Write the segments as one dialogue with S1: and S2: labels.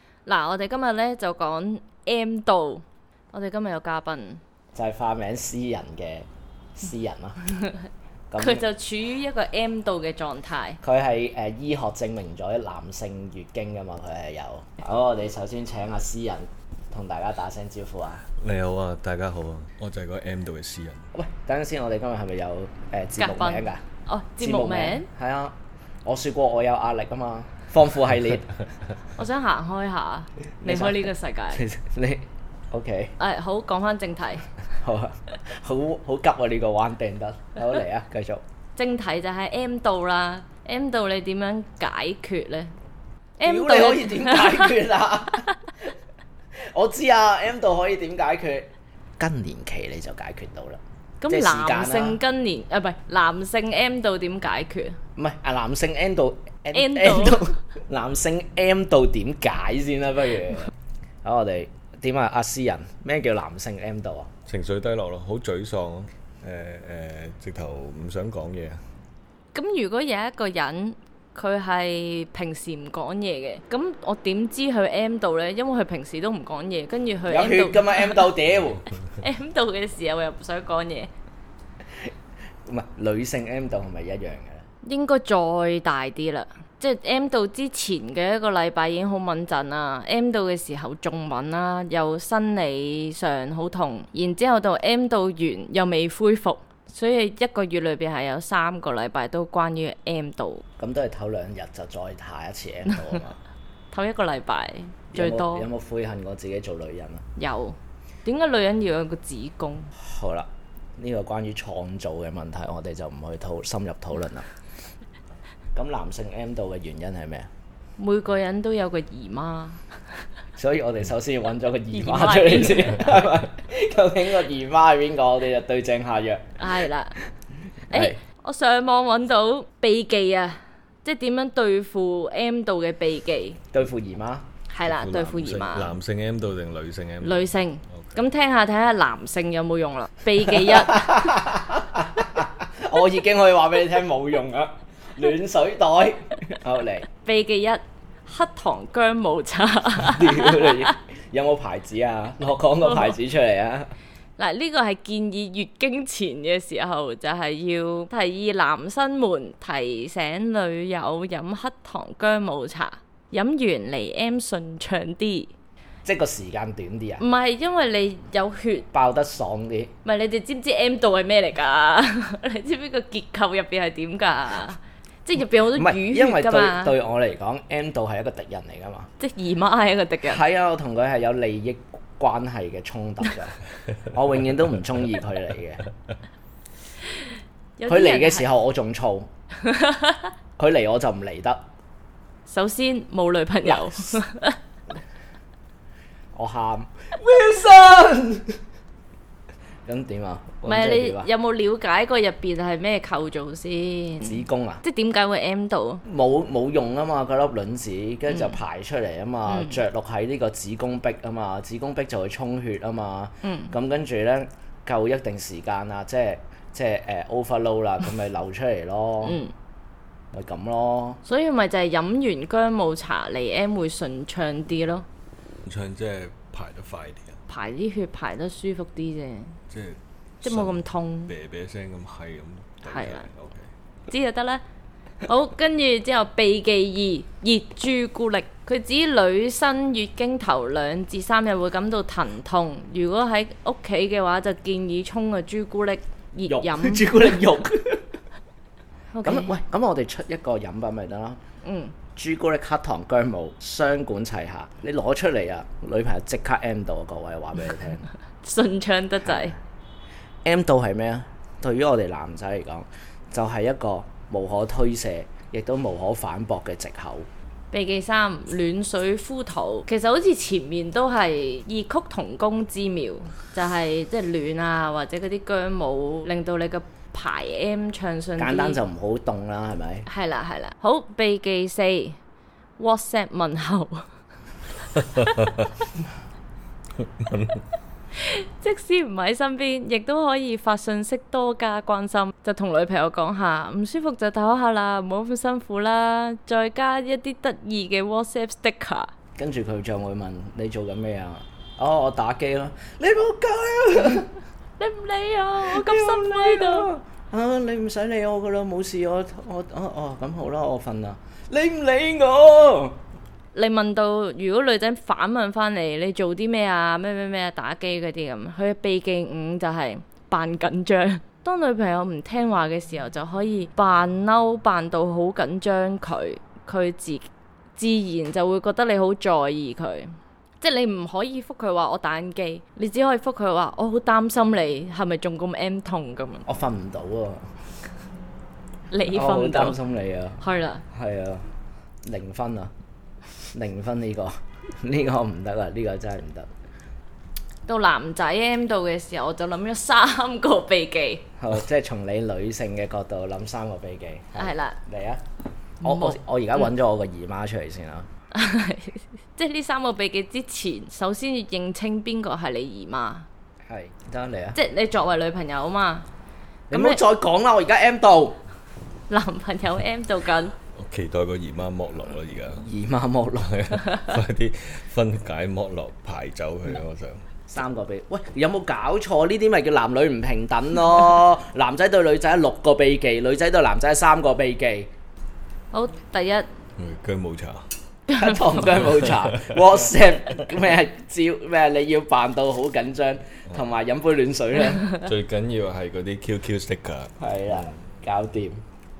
S1: ，我哋今日咧就講 M 度，我哋今日有嘉賓，
S2: 就係化名詩人嘅詩人 啦。咁
S1: 佢就處於一個 M 度嘅狀態。
S2: 佢係誒醫學證明咗男性月經噶嘛，佢係有。好，我哋首先請阿詩人同大家打聲招呼啊！
S3: 你好啊，大家好啊，我就係個 M 度嘅詩人。
S2: 喂，等陣先，我哋今日係咪有誒、呃、節目名㗎？
S1: 哦，節目名，？
S2: 係啊，我説過我有壓力啊嘛，放負系列。
S1: 我想行開 下，離開呢個世界。
S2: 你 OK
S1: 誒、好，講翻正題。
S2: 好啊，好好急啊！呢、個彎掟得，好嚟啊，繼續。
S1: 正題就係 M 度啦，M 度你點樣解決呢
S2: 屌
S1: m
S2: 你
S1: 度
S2: 可以點解決啊？我知啊，M 度可以點解決？更年期你就解決到啦。即 係
S1: 咁
S2: 時間
S1: 男性
S2: 啦
S1: 更年啊，唔係男性 M 度點解決？
S2: 唔係啊，男性 M 度
S1: M 度
S2: 男性 M 度點解先啊啦？不如好，我哋點啊？阿詩人咩叫男性 M 度啊？
S3: 情緒低落咯，好沮喪，啊誒、誒，直頭唔想講嘢啊。
S1: 咁如果有一個人佢係平時唔講嘢嘅，咁我點知佢 M 度呢？因為佢平時都唔講嘢，跟住佢
S2: 有血
S1: M
S2: 㗎
S1: 度
S2: 嘛？M 度屌，
S1: M 度嘅時候又唔想講嘢，
S2: 唔係女性 M 度係咪一樣嘅咧？
S1: 應該再大啲啦。即係 M 度之前嘅一個禮拜已經好敏陣啦，M 度嘅時候仲敏啦，又生理上好痛，然之後到 M 度完又未恢復，所以一個月裏邊係有三個禮拜都關於 M 度，
S2: 咁都係唞兩日就再下一次 M 度 啊嘛。
S1: 頭一個禮拜
S2: 有冇
S1: 最多
S2: 有冇悔恨過自己做女人啊？
S1: 有。點解女人要有個子宮？
S2: 好啦，呢、個關於創造嘅問題，我哋就唔去討深入討論啦。咁男性 M 度嘅原因係咩啊？
S1: 每個人都有個姨媽，
S2: 所以我哋首先要揾咗個姨
S1: 姨媽
S2: 媽出嚟先，係咪？究竟個姨媽係邊個？我哋就對症下藥。
S1: 係 啦。誒、
S2: 係
S1: 我上網揾到秘技啊，即係點樣對付 M 度嘅秘技，
S2: 對付姨媽，
S1: 係啦，對付姨
S3: 男性
S1: 媽。
S3: 男性 M 度定女性 M？度
S1: 女性，
S3: OK
S1: 咁聽下睇下男性有冇用啦。秘技 一
S2: 我已經可以話俾你聽冇 用啊！暖水袋，好嚟，
S1: 秘技一，黑糖姜母茶。
S2: 屌你！有冇牌子啊？我講個牌子出嚟啊！
S1: 嗱，呢個係建議月經前嘅時候，就係、要提議男生們提醒女友飲黑糖姜母茶，飲完嚟 M 順暢啲。
S2: 即係個時間短啲啊
S1: 唔，係因為你有血，
S2: 爆得爽啲。
S1: 唔係你哋知唔知 M 度係咩嚟㗎？ 你知唔知個結構入邊係點㗎？即係入邊好多
S2: 唔係，
S1: 淤血
S2: 因為
S1: 㗎嘛
S2: 對，對我嚟講，M 度係一個敵人嚟噶嘛。
S1: 即係姨媽係一個敵人。
S2: 係啊，我同佢係有利益關係嘅衝突㗎，我永遠都唔中意佢嚟嘅。
S1: 有啲
S2: 佢嚟
S1: 人
S2: 嘅時候我 仲燥，佢嚟我就唔嚟得。
S1: 係首先冇女朋友，
S2: 我喊 Wilson，咁點啊？
S1: 唔
S2: 咁
S1: 係
S2: 即係
S1: 你
S2: 點啊
S1: 有冇了解過入邊係咩構造先？
S2: 子宮啊？
S1: 即係點解會 M 度？
S2: 冇冇用啊嘛，嗰粒卵子，
S1: 嗯
S2: 跟住就排出嚟啊嘛，着落喺呢個子宮壁啊嘛，子宮壁就會充血啊嘛，咁、
S1: 嗯
S2: 跟住呢，夠一定時間啦，即係即係誒、呃 overload 啦，咁咪流出嚟咯，
S1: 嗯
S2: 咪咁、咯，
S1: 所以咪就係飲完姜母茶嚟 M 會順暢啲咯，
S3: 唱即係排得快啲啊，
S1: 排啲血排得舒服啲啫，
S3: 即係
S1: 即係冇咁痛，
S3: 啤啤聲咁係咁。
S1: 嗯係啊
S3: OK。
S1: 知就得啦。好，跟住之後避忌二熱朱古力，佢指女生月經頭兩至三日會感到疼痛，如果喺屋企嘅話，就建議沖個朱古力熱
S2: 肉
S1: 飲。
S2: 朱古力肉，
S1: OK，
S2: 咁啊喂，咁我哋出一個飲品咪得啦，
S1: 嗯，
S2: 朱古力黑糖姜母雙管齊下，你攞出嚟啊，女朋友即刻 M 到啊，各位話俾你聽。
S1: 順暢得滯，
S2: M 度係咩啊？對於我哋男仔嚟講，就係、一個無可推卸，亦都無可反駁嘅藉口。
S1: 避忌三暖水敷肚，其實好似前面都係異曲同工之妙，就係即係暖啊，或者嗰啲姜母，令到你嘅排 M 暢順啲。
S2: 簡單就唔好凍啦，係咪？
S1: 係啦係啦，好避忌四 WhatsApp 問候，即使唔喺身邊，亦都可以發信息多加關心，就同女朋友講下唔舒服就唞下啦，唔好咁辛苦啦，再加一啲得意嘅 WhatsApp sticker。
S2: 跟住佢就會問你做緊咩啊？哦，我打機咯。你冇計啊！
S1: 你唔理啊，我咁辛苦喺度。
S2: 啊，你唔使理我噶啦，冇事，我我哦哦咁好啦，我瞓啦。你唔理我，
S1: 你問到如果女仔反問翻你，你做啲咩啊？咩咩咩啊打機嗰啲咁，佢嘅秘技五就係扮緊張。 當女朋友唔聽話嘅時候，就可以扮嬲，扮到好緊張佢，佢自自然就會覺得你好在意佢。即係你唔可以覆佢話我打緊機，你只可以覆佢話我好擔心你係咪仲咁 M 痛咁樣。
S2: 我瞓唔到啊，
S1: 你
S2: 我哦好
S1: 瞓唔到
S2: 擔，心你啊，
S1: 係啦。
S2: 係啊，零分啊，零分呢、個呢個唔得啊，呢、個真係唔得。
S1: 到男仔 M 度嘅時候，我就諗咗三個秘技，
S2: 好，即係從你女性嘅角度諗三個秘技。
S1: 係啦，
S2: 嚟啊！我我嗯我而家揾咗我個姨媽出嚟先啊啦。
S1: 即係呢三個秘技之前，首先要認清邊個係你姨媽，
S2: 係得嚟啊！
S1: 即係你作為女朋友啊嘛，
S2: 你唔好再講啦，我而家 M 到
S1: 男朋友 M 到緊，
S3: 我期待個姨媽剝落咯，而家
S2: 姨媽剝落
S3: 快啲分解剝落排走佢啊，我想。
S2: 三個秘，喂有冇搞錯？呢啲咪叫男女唔平等 咯？男仔對女仔六個秘技，女仔對男仔三個秘 技。
S1: 好第一
S3: 嗯姜母 茶，
S2: 糖姜冇 茶 WhatsApp 咩招咩？你要扮到好緊張，同埋飲杯暖水 咧。
S3: 最緊要係嗰啲 QQ sticker
S2: 係啦，搞掂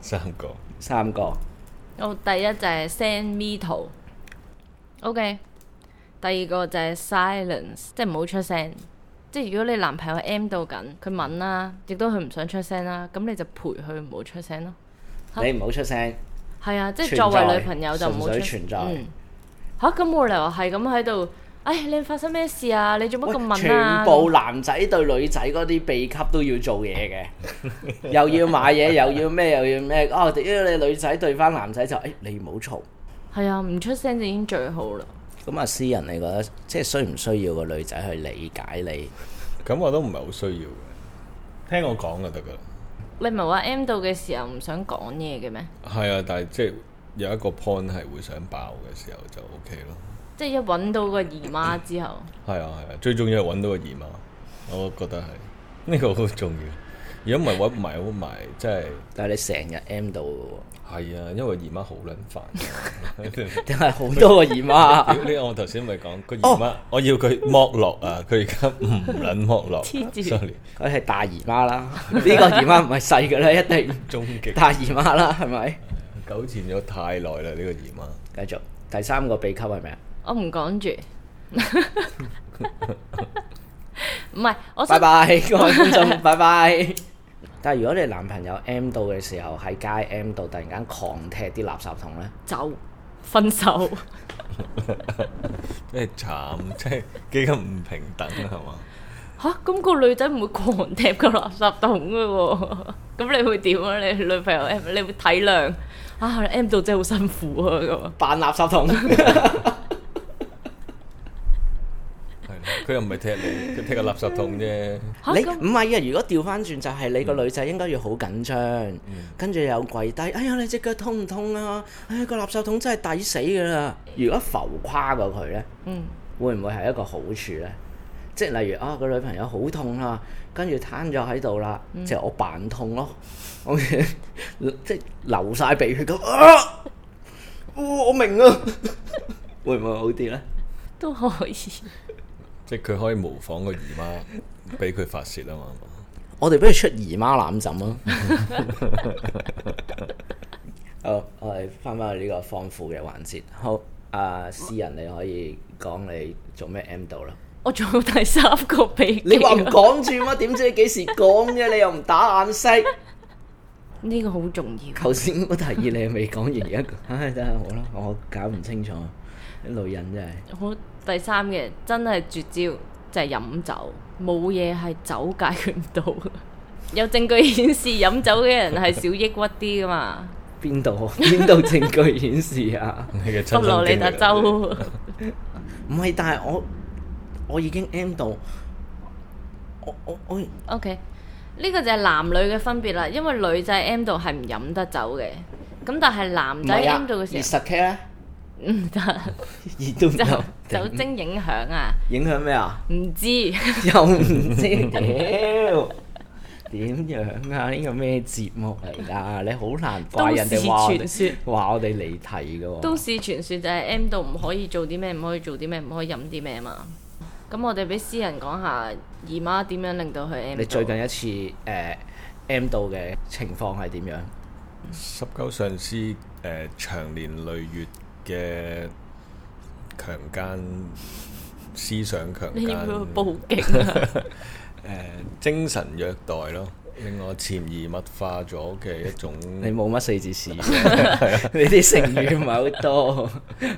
S3: 三個。
S2: 三個。
S1: 好第一就係 send me 圖，OK，第二個就係 silence，即係唔好出聲。即係如果你男朋友 M 到緊，佢問啦，亦都佢唔想出聲啦，咁你就陪佢唔好出聲咯。
S2: 你唔好出聲，
S1: 係啊，即係
S2: 存
S1: 作
S2: 在
S1: 為女朋友就唔好出
S2: 純粹存在
S1: 嗯，嚇咁冇理由係咁喺度。唉，你發生咩事啊？你做乜
S2: 喂
S1: 咁敏啊？
S2: 全部男仔對女仔嗰啲秘笈都要做嘢嘅，又要買嘢，又要咩，又要咩。哦，屌你女仔對翻男仔就，誒、哎你唔好嘈。
S1: 係啊，唔出聲就已經最好啦。
S2: 咁啊，私人你覺得即係需唔需要個女仔去理解你？
S3: 咁我都唔係好需要嘅，聽我講就得噶啦。
S1: 你唔係話 M 到嘅時候唔想講嘢嘅咩？
S3: 係啊，但係即係有一個 point 係會想爆嘅時候就 OK 咯。
S1: 即係一揾到個姨媽之 後，
S3: 係啊係啊，最重要係揾到個姨媽，我覺得係呢、個好重要。如果唔係揾唔埋揾埋，真係
S2: 但係你成日 M 到嘅
S3: 係啊，因為姨媽好撚煩。
S2: 喎，定係好多個姨媽。
S3: 屌 你！我頭先咪講個姨
S1: 哦
S3: 媽，我要佢剝落啊！佢而家唔撚剝落啊
S1: 黐線
S3: ，sorry，
S2: 佢係大姨媽啦，呢、個姨媽唔係細嘅啦，一定
S3: 終極啊
S2: 大姨媽啦，係咪？
S3: 糾纏咗太耐啦！呢個姨媽
S2: 繼續第三個秘笈係咩啊？
S1: 我唔講 住。唔係，我
S2: 拜
S1: 想
S2: 拜，各位觀眾，拜拜。但係如果你男朋友 M 到嘅時候喺街 M 到，突然間狂踢啲垃圾桶呢，
S1: 走，分 手。
S3: 真係慘，真係幾咁唔平等啊，係嘛？
S1: 吓，咁、個女仔唔會狂踢個垃圾桶嘅喎， 咁你會點啊？你女朋友 M，你會體諒啊？M 到真係好辛苦啊咁啊。
S2: 扮垃圾桶，
S3: 係啦佢又唔係踢你，佢踢個垃圾桶啫。
S1: 嚇
S2: 你
S1: 咁嗯
S2: 唔係啊！如果調翻轉就係你個女仔應該要好緊張，跟住又跪低，哎呀你隻腳痛唔痛啊？哎呀個垃圾桶真係抵死㗎啦！如果浮誇過佢呢，
S1: 嗯，
S2: 會唔會係一個好處呢？即係例如啊，個女朋友好痛啦，跟住攤咗喺度啦，
S1: 嗯
S2: 即係我扮痛咯， 我即係流晒鼻血咁 啊！哦我明啊， 會唔會好啲呢？
S1: 都可以。
S3: 即係佢可以模仿個姨 媽，俾佢發泄啊嘛。
S2: 我哋不如出姨媽攬枕 啊！好，我哋翻返去呢個放負嘅環節。好，啊，私人你可以講你做咩 M 到啦？
S1: 我仲有第三個秘技
S2: 你話唔
S1: 啊，
S2: 講住乜？點知你幾時講啫？你又唔打眼色。
S1: 呢個好重要。
S2: 頭先我提議你未講完，而家唉真係好啦，我搞唔清楚，啲女人真係
S1: 好第三嘅真係絕招就係、飲酒，冇嘢係酒解決唔到。有證據顯示飲酒嘅人係少抑鬱啲噶嘛？
S2: 邊度邊度證據顯示啊？
S3: 你嘅
S1: 北
S3: 親
S1: 羅
S3: 身
S1: 里
S3: 經歷
S1: 達州
S2: 唔係，但係我我已經 M 到，我我我
S1: OK，呢個就係男女嘅分別啦，因為女仔 M 度係唔飲得酒嘅，咁但係男
S2: 唔
S1: 仔
S2: 係啊
S1: M 度嘅時候
S2: 而
S1: 嗯
S2: 實 K 咧，
S1: 唔得，
S2: 熱都唔
S1: 酒
S2: 得，
S1: 酒精影響啊，
S2: 影響咩啊？
S1: 唔知。
S2: 又唔知屌點樣啊？呢個咩節目嚟㗎？你好難怪人哋話我
S1: 都市傳
S2: 哋話我哋離題㗎喎。
S1: 都市傳說就係 M 度唔可以做啲咩，唔可以做啲咩，唔可以飲啲咩嘛。咁我哋俾私人講下姨媽點樣令到佢 M
S2: 你
S1: 到
S2: 最近一次誒、呃 M 度嘅情況係點樣？
S3: 十九上司誒、呃、長年累月嘅強姦思想強
S1: 你要唔要去
S3: 姦，
S1: 報警啊？
S3: 誒、精神虐待咯，令我潛移默化咗嘅一種
S2: 你冇乜四字詞， 你啲成語唔係好多。好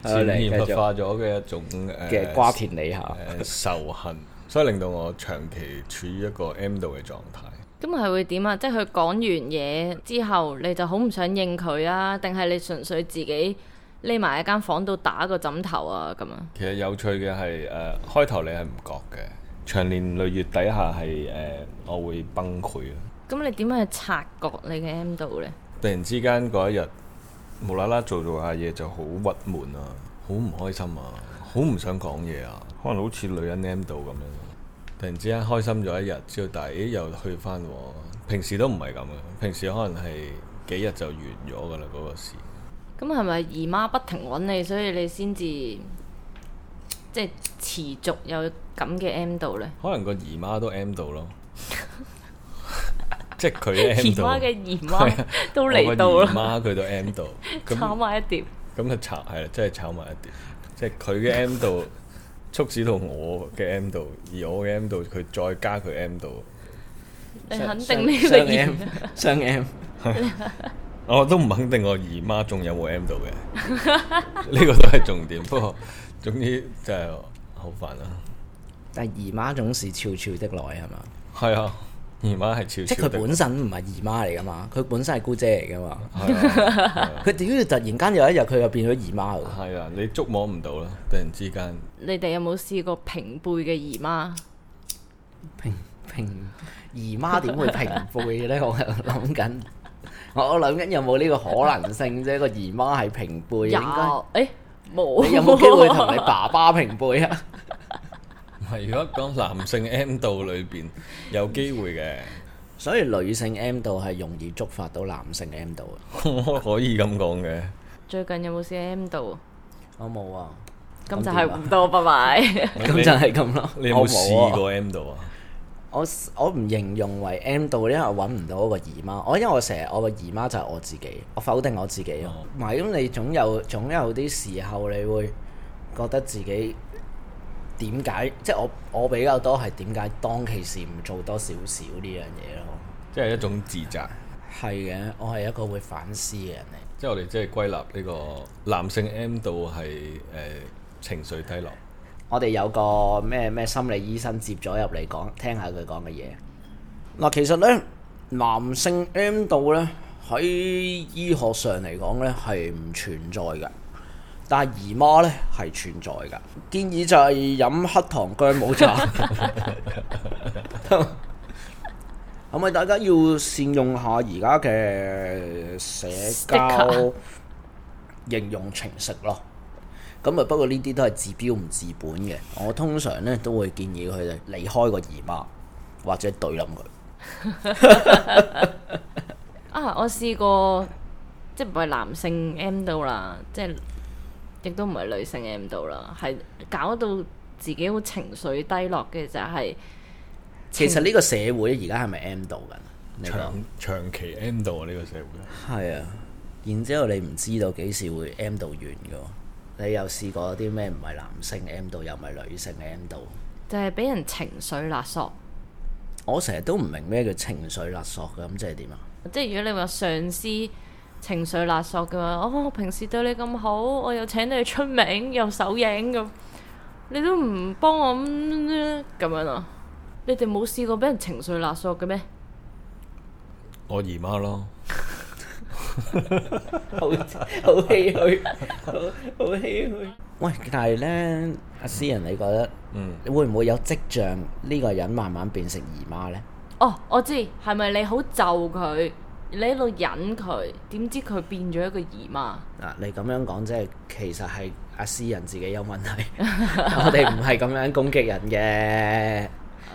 S3: 潛移
S2: 嚟
S3: 默
S2: 繼續
S3: 化咗嘅一種誒、呃
S2: 嘅瓜田李下，
S3: 誒仇恨，所以令到我長期處於一個 M 度嘅狀態。
S1: 咁係會點啊？即係佢講完嘢之後，你就好唔想應佢啊？定係你純粹自己匿埋喺間房度打個枕頭啊？咁啊？
S3: 其實有趣嘅係誒開頭你係唔覺嘅，長年累月底下係誒、呃我會崩潰啊！
S1: 咁你點樣去察覺你嘅 M 度呢？
S3: 突然之間嗰一日無啦啦做做下嘢就好鬱悶啊，好唔開心啊，好唔想講嘢啊，可能好似女人 M 度咁樣。啊突然之間開心咗一日之後，但係咦又去翻喎，平時都唔係咁嘅，平時可能係幾日就完咗㗎啦嗰個事。
S1: 咁係咪姨媽不停揾你，所以你先至即係持續有咁嘅 M 度呢？
S3: 可能個姨媽都 M 到咯， 即係佢 M
S1: 姨
S3: 到，
S1: 媽嘅姨媽
S2: 啊
S1: 都
S3: 我
S1: 嚟到啦，
S3: 啦。姨媽佢都 M 到，
S1: 炒
S3: 咁
S1: 埋一碟。
S3: 咁就炒係啦，真係炒埋一碟。即係佢嘅 M 度促使到我嘅 M 度，而我嘅 M 度佢再加佢 M 度，
S1: 你
S2: 雙
S1: 肯定呢個
S2: 雙
S1: 姨
S2: M 雙 M
S3: 我都唔肯定我姨媽仲有冇 M 度嘅， 呢個都係重點。不過總之就係好煩啦。
S2: 但係姨媽總是悄悄的來係嘛？
S3: 係啊，姨媽係
S2: 即
S3: 悄
S2: 係
S3: 悄
S2: 佢
S3: 地
S2: 本身唔係姨媽嚟噶嘛，佢本身係姑姐嚟噶嘛。
S3: 係啊係啊
S2: 佢點解突然間有一日佢又變咗姨媽喎？
S3: 係啊，你觸摸唔到啦，突然之間。
S1: 你哋有冇試過平輩嘅姨媽？
S2: 平平姨媽點會平輩咧？ 我又諗緊，我我諗緊有冇呢個可能性啫？個姨媽係平輩，
S1: 有
S2: 應該
S1: 誒冇？
S2: 你有冇機會同你爸爸平輩啊？
S3: 唔係，如果講男性 M 度裏邊有機會嘅，
S2: 所以女性 M 度係容易觸發到男性 M 度啊！
S3: 可以咁講嘅。
S1: 最近有冇試 M 度？
S2: 我冇啊，
S1: 咁就
S2: 點啊
S1: 係唔多，拜拜。
S2: 咁就係咁咯。
S3: 你有冇
S2: 我
S3: 試
S2: 冇啊？
S3: 過 M 度啊？
S2: 我我唔形容為 M 度，因為我揾唔到嗰個姨媽。我因為我成日我個姨媽就係我自己，我否定我自己咯
S3: 哦。
S2: 唔係咁，你總有總有啲時候，你會覺得自己點解？即係我我比較多係點解當其時唔做多少少呢樣嘢咯。
S3: 即係一種自責，
S2: 係嘅，我係一個會反思嘅人嚟。
S3: 即係我哋即係歸納呢個男性 M 度係誒、呃情緒低落。
S2: 我哋有個咩咩心理醫生接咗入嚟講，聽下佢講嘅嘢。嗱，其實呢，男性 M 度呢，喺醫學上嚟講呢，係唔存在嘅，但係姨媽呢，係存在嘅。建議就係飲黑糖薑母茶。咁咪大家要善用下而家嘅社交
S1: Sticker
S2: 應用程式咯。咁啊，不過呢啲都係治標唔治本嘅。我通常咧都會建議佢哋離開個姨媽，或者懟冧佢。
S1: 啊，我試過，即係唔係男性 M 度啦，即係亦都唔係女性 M 度啦，係搞到自己好情緒低落嘅就係、
S2: 其實呢個社會而家係咪 M 度緊？啊你
S3: 長
S2: 講
S3: 長期 M 度啊！呢、個社會
S2: 係啊。然之後你唔知道幾時會 M 度完嘅喎。你有試過啲咩唔係男性 M 度，又唔係女性 M 度？
S1: 就係俾人情緒勒索。
S2: 我成日都唔明咩叫情緒勒索嘅，咁即係點啊？
S1: 即係如果你話上司情緒勒索嘅話，哦，我平時對你咁好，我又請你出名又首映咁，你都唔幫我咁咁樣啊？你哋冇試過俾人情緒勒索嘅咩？
S3: 我姨媽咯，
S2: 好好唏噓，好好唏噓。喂，但係咧，阿詩人，你覺得
S3: 嗯，
S2: 會唔會有跡象呢個人慢慢變成姨媽呢？
S1: 哦，我知，係咪你好就佢，你喺度引佢，點知佢變咗一個姨媽？
S2: 嗱，你咁樣講即係其實係阿詩人自己有問題，我哋唔係咁樣攻擊人嘅。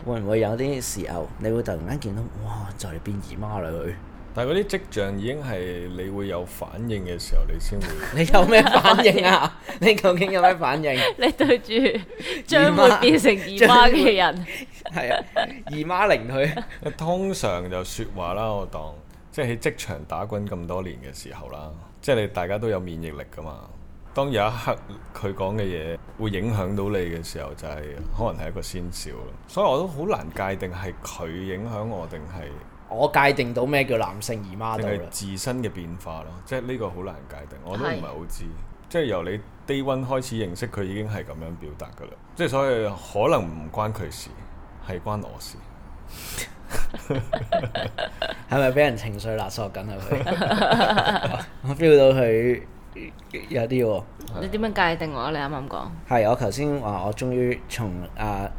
S2: 會唔會有啲時候，你會突然間見到，哇，就嚟變姨媽啦佢？
S3: 但係嗰啲跡象已經係你會有反應嘅時候，你先會。
S2: 你有咩反應 啊？你究竟有咩反應？
S1: 你對住將會變成姨媽嘅人，
S2: 係啊，姨媽零佢。
S3: 通常就説話啦，我當即係喺職場打滾咁多年嘅時候啦，即係你大家都有免疫力噶嘛。當有一刻佢講嘅嘢會影響到你嘅時候，就係、可能係一個先兆咯。所以我都好難界定係佢影響我定係
S2: 我界定到咩叫男性姨媽到
S3: 定
S2: 啦
S3: 係。自身嘅變化咯。即係呢個好難界定，我都唔
S1: 係
S3: 係好知。即係由你 day one 開始認識佢已經係咁樣表達噶啦。即係所以可能唔關佢事，係關我事。
S2: 係咪俾人情緒勒索緊啊？佢 我 feel 到佢有啲喎。
S1: 你點樣界定我？你啱啱講，
S2: 係我頭先話，我終於從啊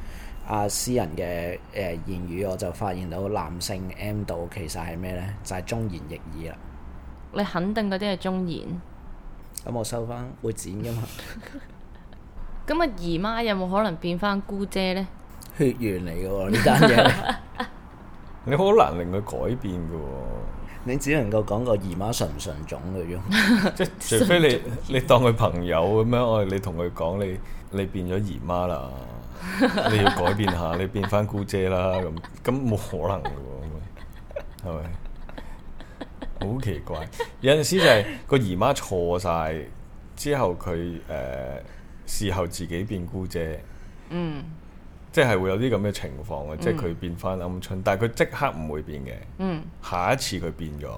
S2: 啊私人嘅誒、呃言語，我就發現到男性 M 度其實係咩呢？就係、忠言逆耳啦。
S1: 你肯定嗰啲係忠言。
S2: 咁我收翻會剪噶嘛？
S1: 咁啊，姨媽有冇可能變翻姑姐呢？
S2: 血緣嚟嘅喎呢單嘢，
S3: 你好難令佢改變㗎喎。
S2: 你只能夠講個姨媽純唔純種嘅啫。
S3: 即係除非你你當佢朋友咁樣，我你同佢講你你變咗姨媽啦，你要改變下，你變翻姑姐啦咁，咁冇可能嘅喎，係咪？好奇怪，有陣時就係個姨媽錯晒之後佢誒、呃事後自己變姑姐，
S1: 嗯
S3: 即係會有啲咁嘅情況嘅，即係佢變翻鵪鶉，但係佢即刻唔會變嘅。
S1: 嗯，
S3: 下一次佢變咗，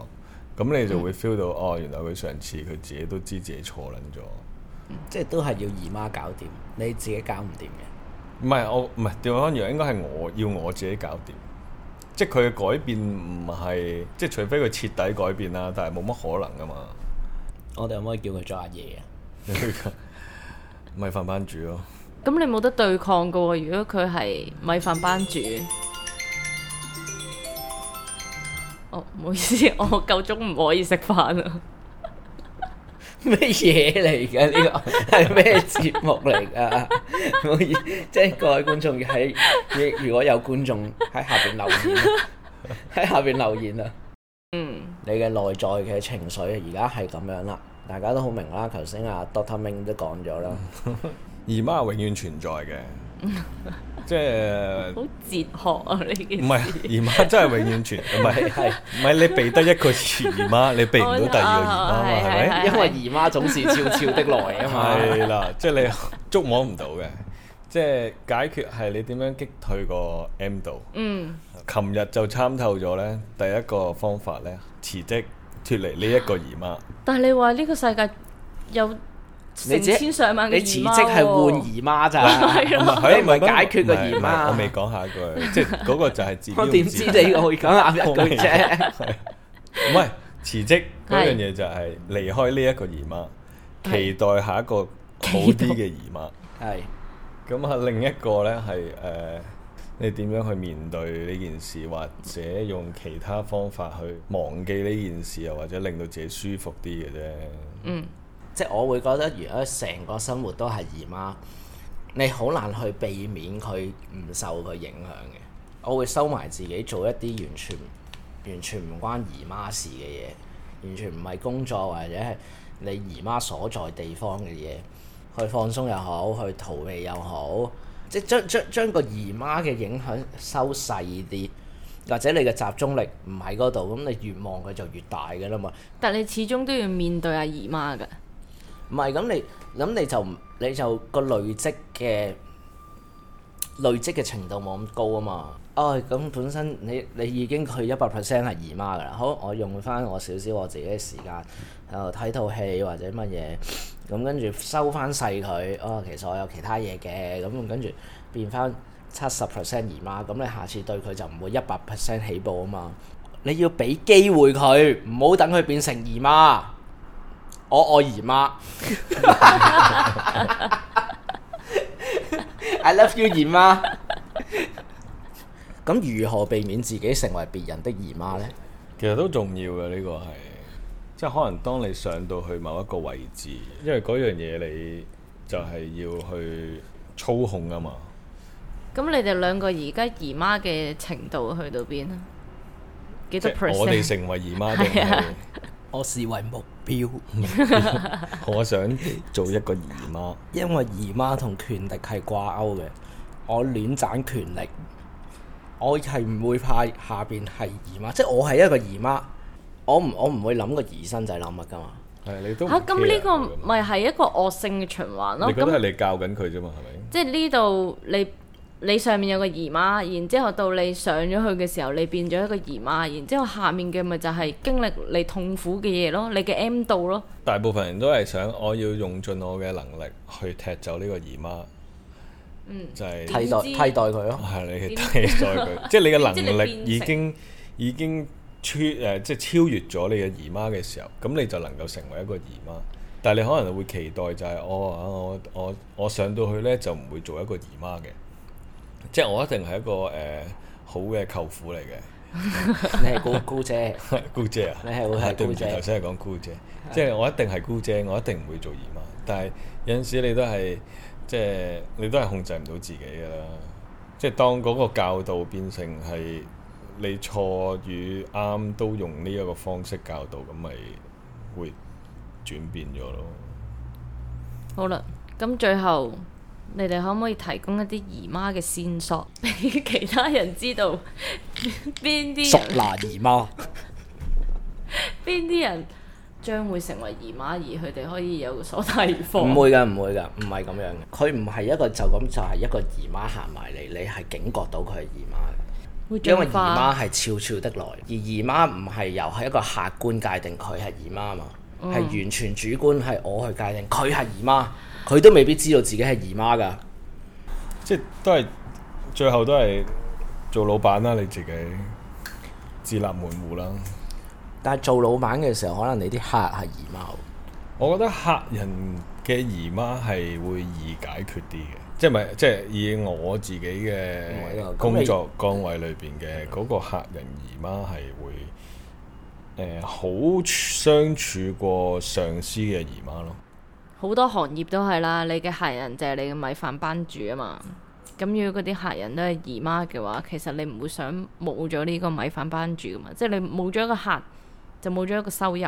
S3: 咁你就會 feel 到、哦，原來佢上次佢自己都知自己錯撚咗。
S2: 即係都係要姨媽搞掂，你自己搞唔掂嘅。
S3: 唔係我唔係調翻轉，應該係我要我自己搞掂。即係佢嘅改變唔係，即係除非佢徹底改變啦，但係冇乜可能噶嘛。
S2: 我哋可唔可以叫佢做阿爺啊？
S3: 咪瞓班主咯，
S1: 咁你冇得對抗噶喎。如果佢係米飯班主，哦，唔好意思， 我夠鐘唔可以食飯啊啦。
S2: 咩嘢嚟嘅呢個係咩節目嚟㗎？唔好意思，即係各位觀眾喺，如如果有觀眾喺下邊留言，啊喺下邊留言啊！嗯，你嘅內在嘅情緒而家係咁樣啦，大家都好明啦。頭先阿 Doctor Ming 都講咗啦，
S3: 姨媽係永遠存在嘅，即係
S1: 好哲學啊呢件
S3: 唔
S1: 事。
S3: 係姨媽真係永遠存，唔係
S2: 係
S3: 唔係你避得一個姨媽，你避唔到第二個姨媽嘛，哦係咪？
S1: 係
S2: 因為姨媽總是悄悄的來啊嘛。
S3: 係啦，即係你捉摸唔到嘅，即係解決係你點樣擊退個 M 度。
S1: 嗯，
S3: 琴日就參透咗呢，第一個方法呢，辭職脱離呢一個姨媽，
S2: 啊
S1: 但係你話呢個世界有
S2: 你
S1: 成
S2: 只
S1: 千上萬嘅
S2: 你辭
S1: 姨
S2: 職
S1: 媽
S2: 係
S1: 喎
S2: 換姨媽咋？
S3: 唔係
S2: 你唔係解決個姨
S3: 唔係唔係
S2: 媽
S3: 我未講下一句，即係嗰個就係 自
S2: 我點知你會講啱一句啫？
S3: 唔係辭職嗰樣嘢就係離開呢一個姨媽，
S1: 係
S3: 期待下一個好啲嘅姨媽。
S2: 係。
S3: 咁啊，另一個呢係誒、呃你點樣去面對呢件事，或者用其他方法去忘記呢件事，又或者令到自己舒服啲嘅啫。
S1: 嗯
S2: 即係我會覺得，如果成個生活都係姨媽，你好難去避免佢唔受佢影響嘅。我會收埋自己做一啲完全完全唔關姨媽事嘅嘢，完全唔係工作或者係你姨媽所在地方嘅嘢，去放鬆又好，去逃避又好，即係將將將個姨媽嘅影響收細啲，或者你嘅集中力唔喺嗰度，咁你越望佢就越大嘅啦嘛。
S1: 但你始終都要面對阿姨媽㗎。
S2: 唔係咁你咁你就唔你就個累積嘅累積嘅程度冇咁高啊嘛。哦，咁本身你你已經去一百 percent 係姨媽噶啦。好，我用翻我少少我自己嘅時間，誒睇套戲或者乜嘢，咁跟住收翻細佢。哦，其實我有其他嘢嘅，咁跟住變翻七十 percent 姨媽。咁你下次對佢就唔會一百 percent 起步啊嘛。你要俾機會佢，唔好等佢變成姨媽。我愛姨媽。I love you 姨媽。咁如何避免自己成為別人的姨媽呢？
S3: 其實都重要嘅呢、個係，即係可能當你上到去某一個位置，因為嗰樣嘢你就係要去操控啊嘛。
S1: 咁你哋兩個而家姨媽嘅程度去到邊啊？幾
S3: 即
S1: 多
S3: 係我哋
S1: percent？
S3: 成為姨媽 定
S1: 啊
S3: 係
S2: 我視為目標，
S3: 我想做一個姨媽，
S2: 因為姨媽同權力係掛鈎嘅。我亂斬權力，我係唔會怕下邊係姨媽，即係我係一個姨媽，我唔我唔會諗個姨甥仔諗乜噶嘛。
S3: 係你都唔
S1: 嚇，咁呢
S3: care
S1: 個
S3: 佢㗎嘛
S1: 咪係一個惡性嘅循環咯。
S3: 你覺得
S1: 咁
S3: 係你教緊佢啫嘛，係咪？
S1: 即係呢度你你上面有個姨媽，然之後到你上咗去嘅時候，你變咗一個姨媽，然之後下面嘅咪就係經歷你痛苦嘅嘢咯，你嘅 M 度咯。
S3: 大部分人都係想我要用盡我嘅能力去踢走呢個姨媽，嗯，就係、
S2: 替代替代佢 咯。
S3: 係你替代 佢，即係你嘅
S1: 即係你
S3: 能
S1: 變
S3: 力
S1: 成
S3: 已經已經超誒、即係超越咗你嘅姨媽嘅時候，咁你就能夠成為一個姨媽。但係你可能會期待就係、我啊我我我上到去呢，就唔會做一個姨媽嘅，即係我一定係一個誒、好嘅舅父嚟嘅，
S2: 你係姑姑姐，
S3: 姑姐啊，
S2: 你係會係
S3: 啊對唔
S2: 姑
S3: 住，
S2: 姐
S3: 頭先係講姑姐，即係我一定係姑姐，我一定唔會做姨媽。但係有陣時你都係即係你都係控制唔到自己㗎啦。即係當嗰個教導變成係你錯與啱都用呢一個方式教導，咁咪會轉變咗咯。
S1: 好啦，咁最後你哋可唔可以提供一啲姨媽嘅線索，俾其他人知道邊啲
S2: 熟
S1: 人
S2: 男姨媽。
S1: 邊啲人將會成為姨媽，而佢哋可以有所提防？
S2: 唔會㗎，唔會㗎，唔係咁樣嘅。佢唔係一個就咁就係一個姨媽行埋嚟，你係警覺到佢係姨媽嘅，
S1: 會
S2: 因
S1: 進
S2: 為姨媽
S1: 化。
S2: 係悄悄的來，而姨媽唔係由係一個客觀界定佢係姨媽嘛，係、完全主觀係我去界定佢係姨媽，佢都未必知道自己係姨媽㗎。
S3: 即係都係最後都係做老闆啦，你自己自立門户啦。
S2: 但係做老闆嘅時候，可能你啲客係姨媽喎，
S3: 我覺得客人嘅姨媽係會易解決啲嘅，即係咪即係以我自己
S2: 我呢個
S3: 嘅
S2: 啊咁
S3: 工
S2: 你
S3: 作崗位裏邊嘅嗰個客人姨媽係會誒、呃好相處過上司嘅姨媽咯。
S1: 好多行業都係啦，你嘅客人就係你嘅米飯班主啊嘛。咁如果嗰啲客人都係姨媽嘅話，其實你唔會想冇咗呢個米飯班主噶嘛，即係你冇咗一個客，就冇咗一個收入。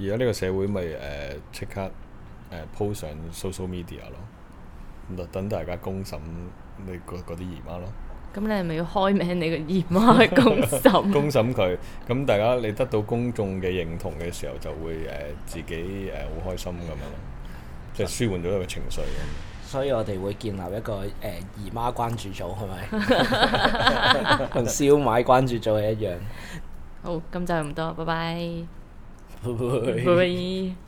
S3: 而家呢個社會咪誒即刻誒、呃 po 上 social media 咯，咁就等大家公審你嗰嗰啲姨媽咯。
S1: 咁你係咪要開名你個姨媽嘅公 審？
S3: 公審佢，咁大家你得到公眾嘅認同嘅時候，就會誒、呃自己誒好、開心咁樣咯，即係舒緩咗一個情緒咁。
S2: 所以我哋會建立一個誒、呃姨媽關注組，係咪？同燒賣關注組係一樣。
S1: 好，咁就咁多，拜拜。
S2: 會唔會
S1: 拜拜。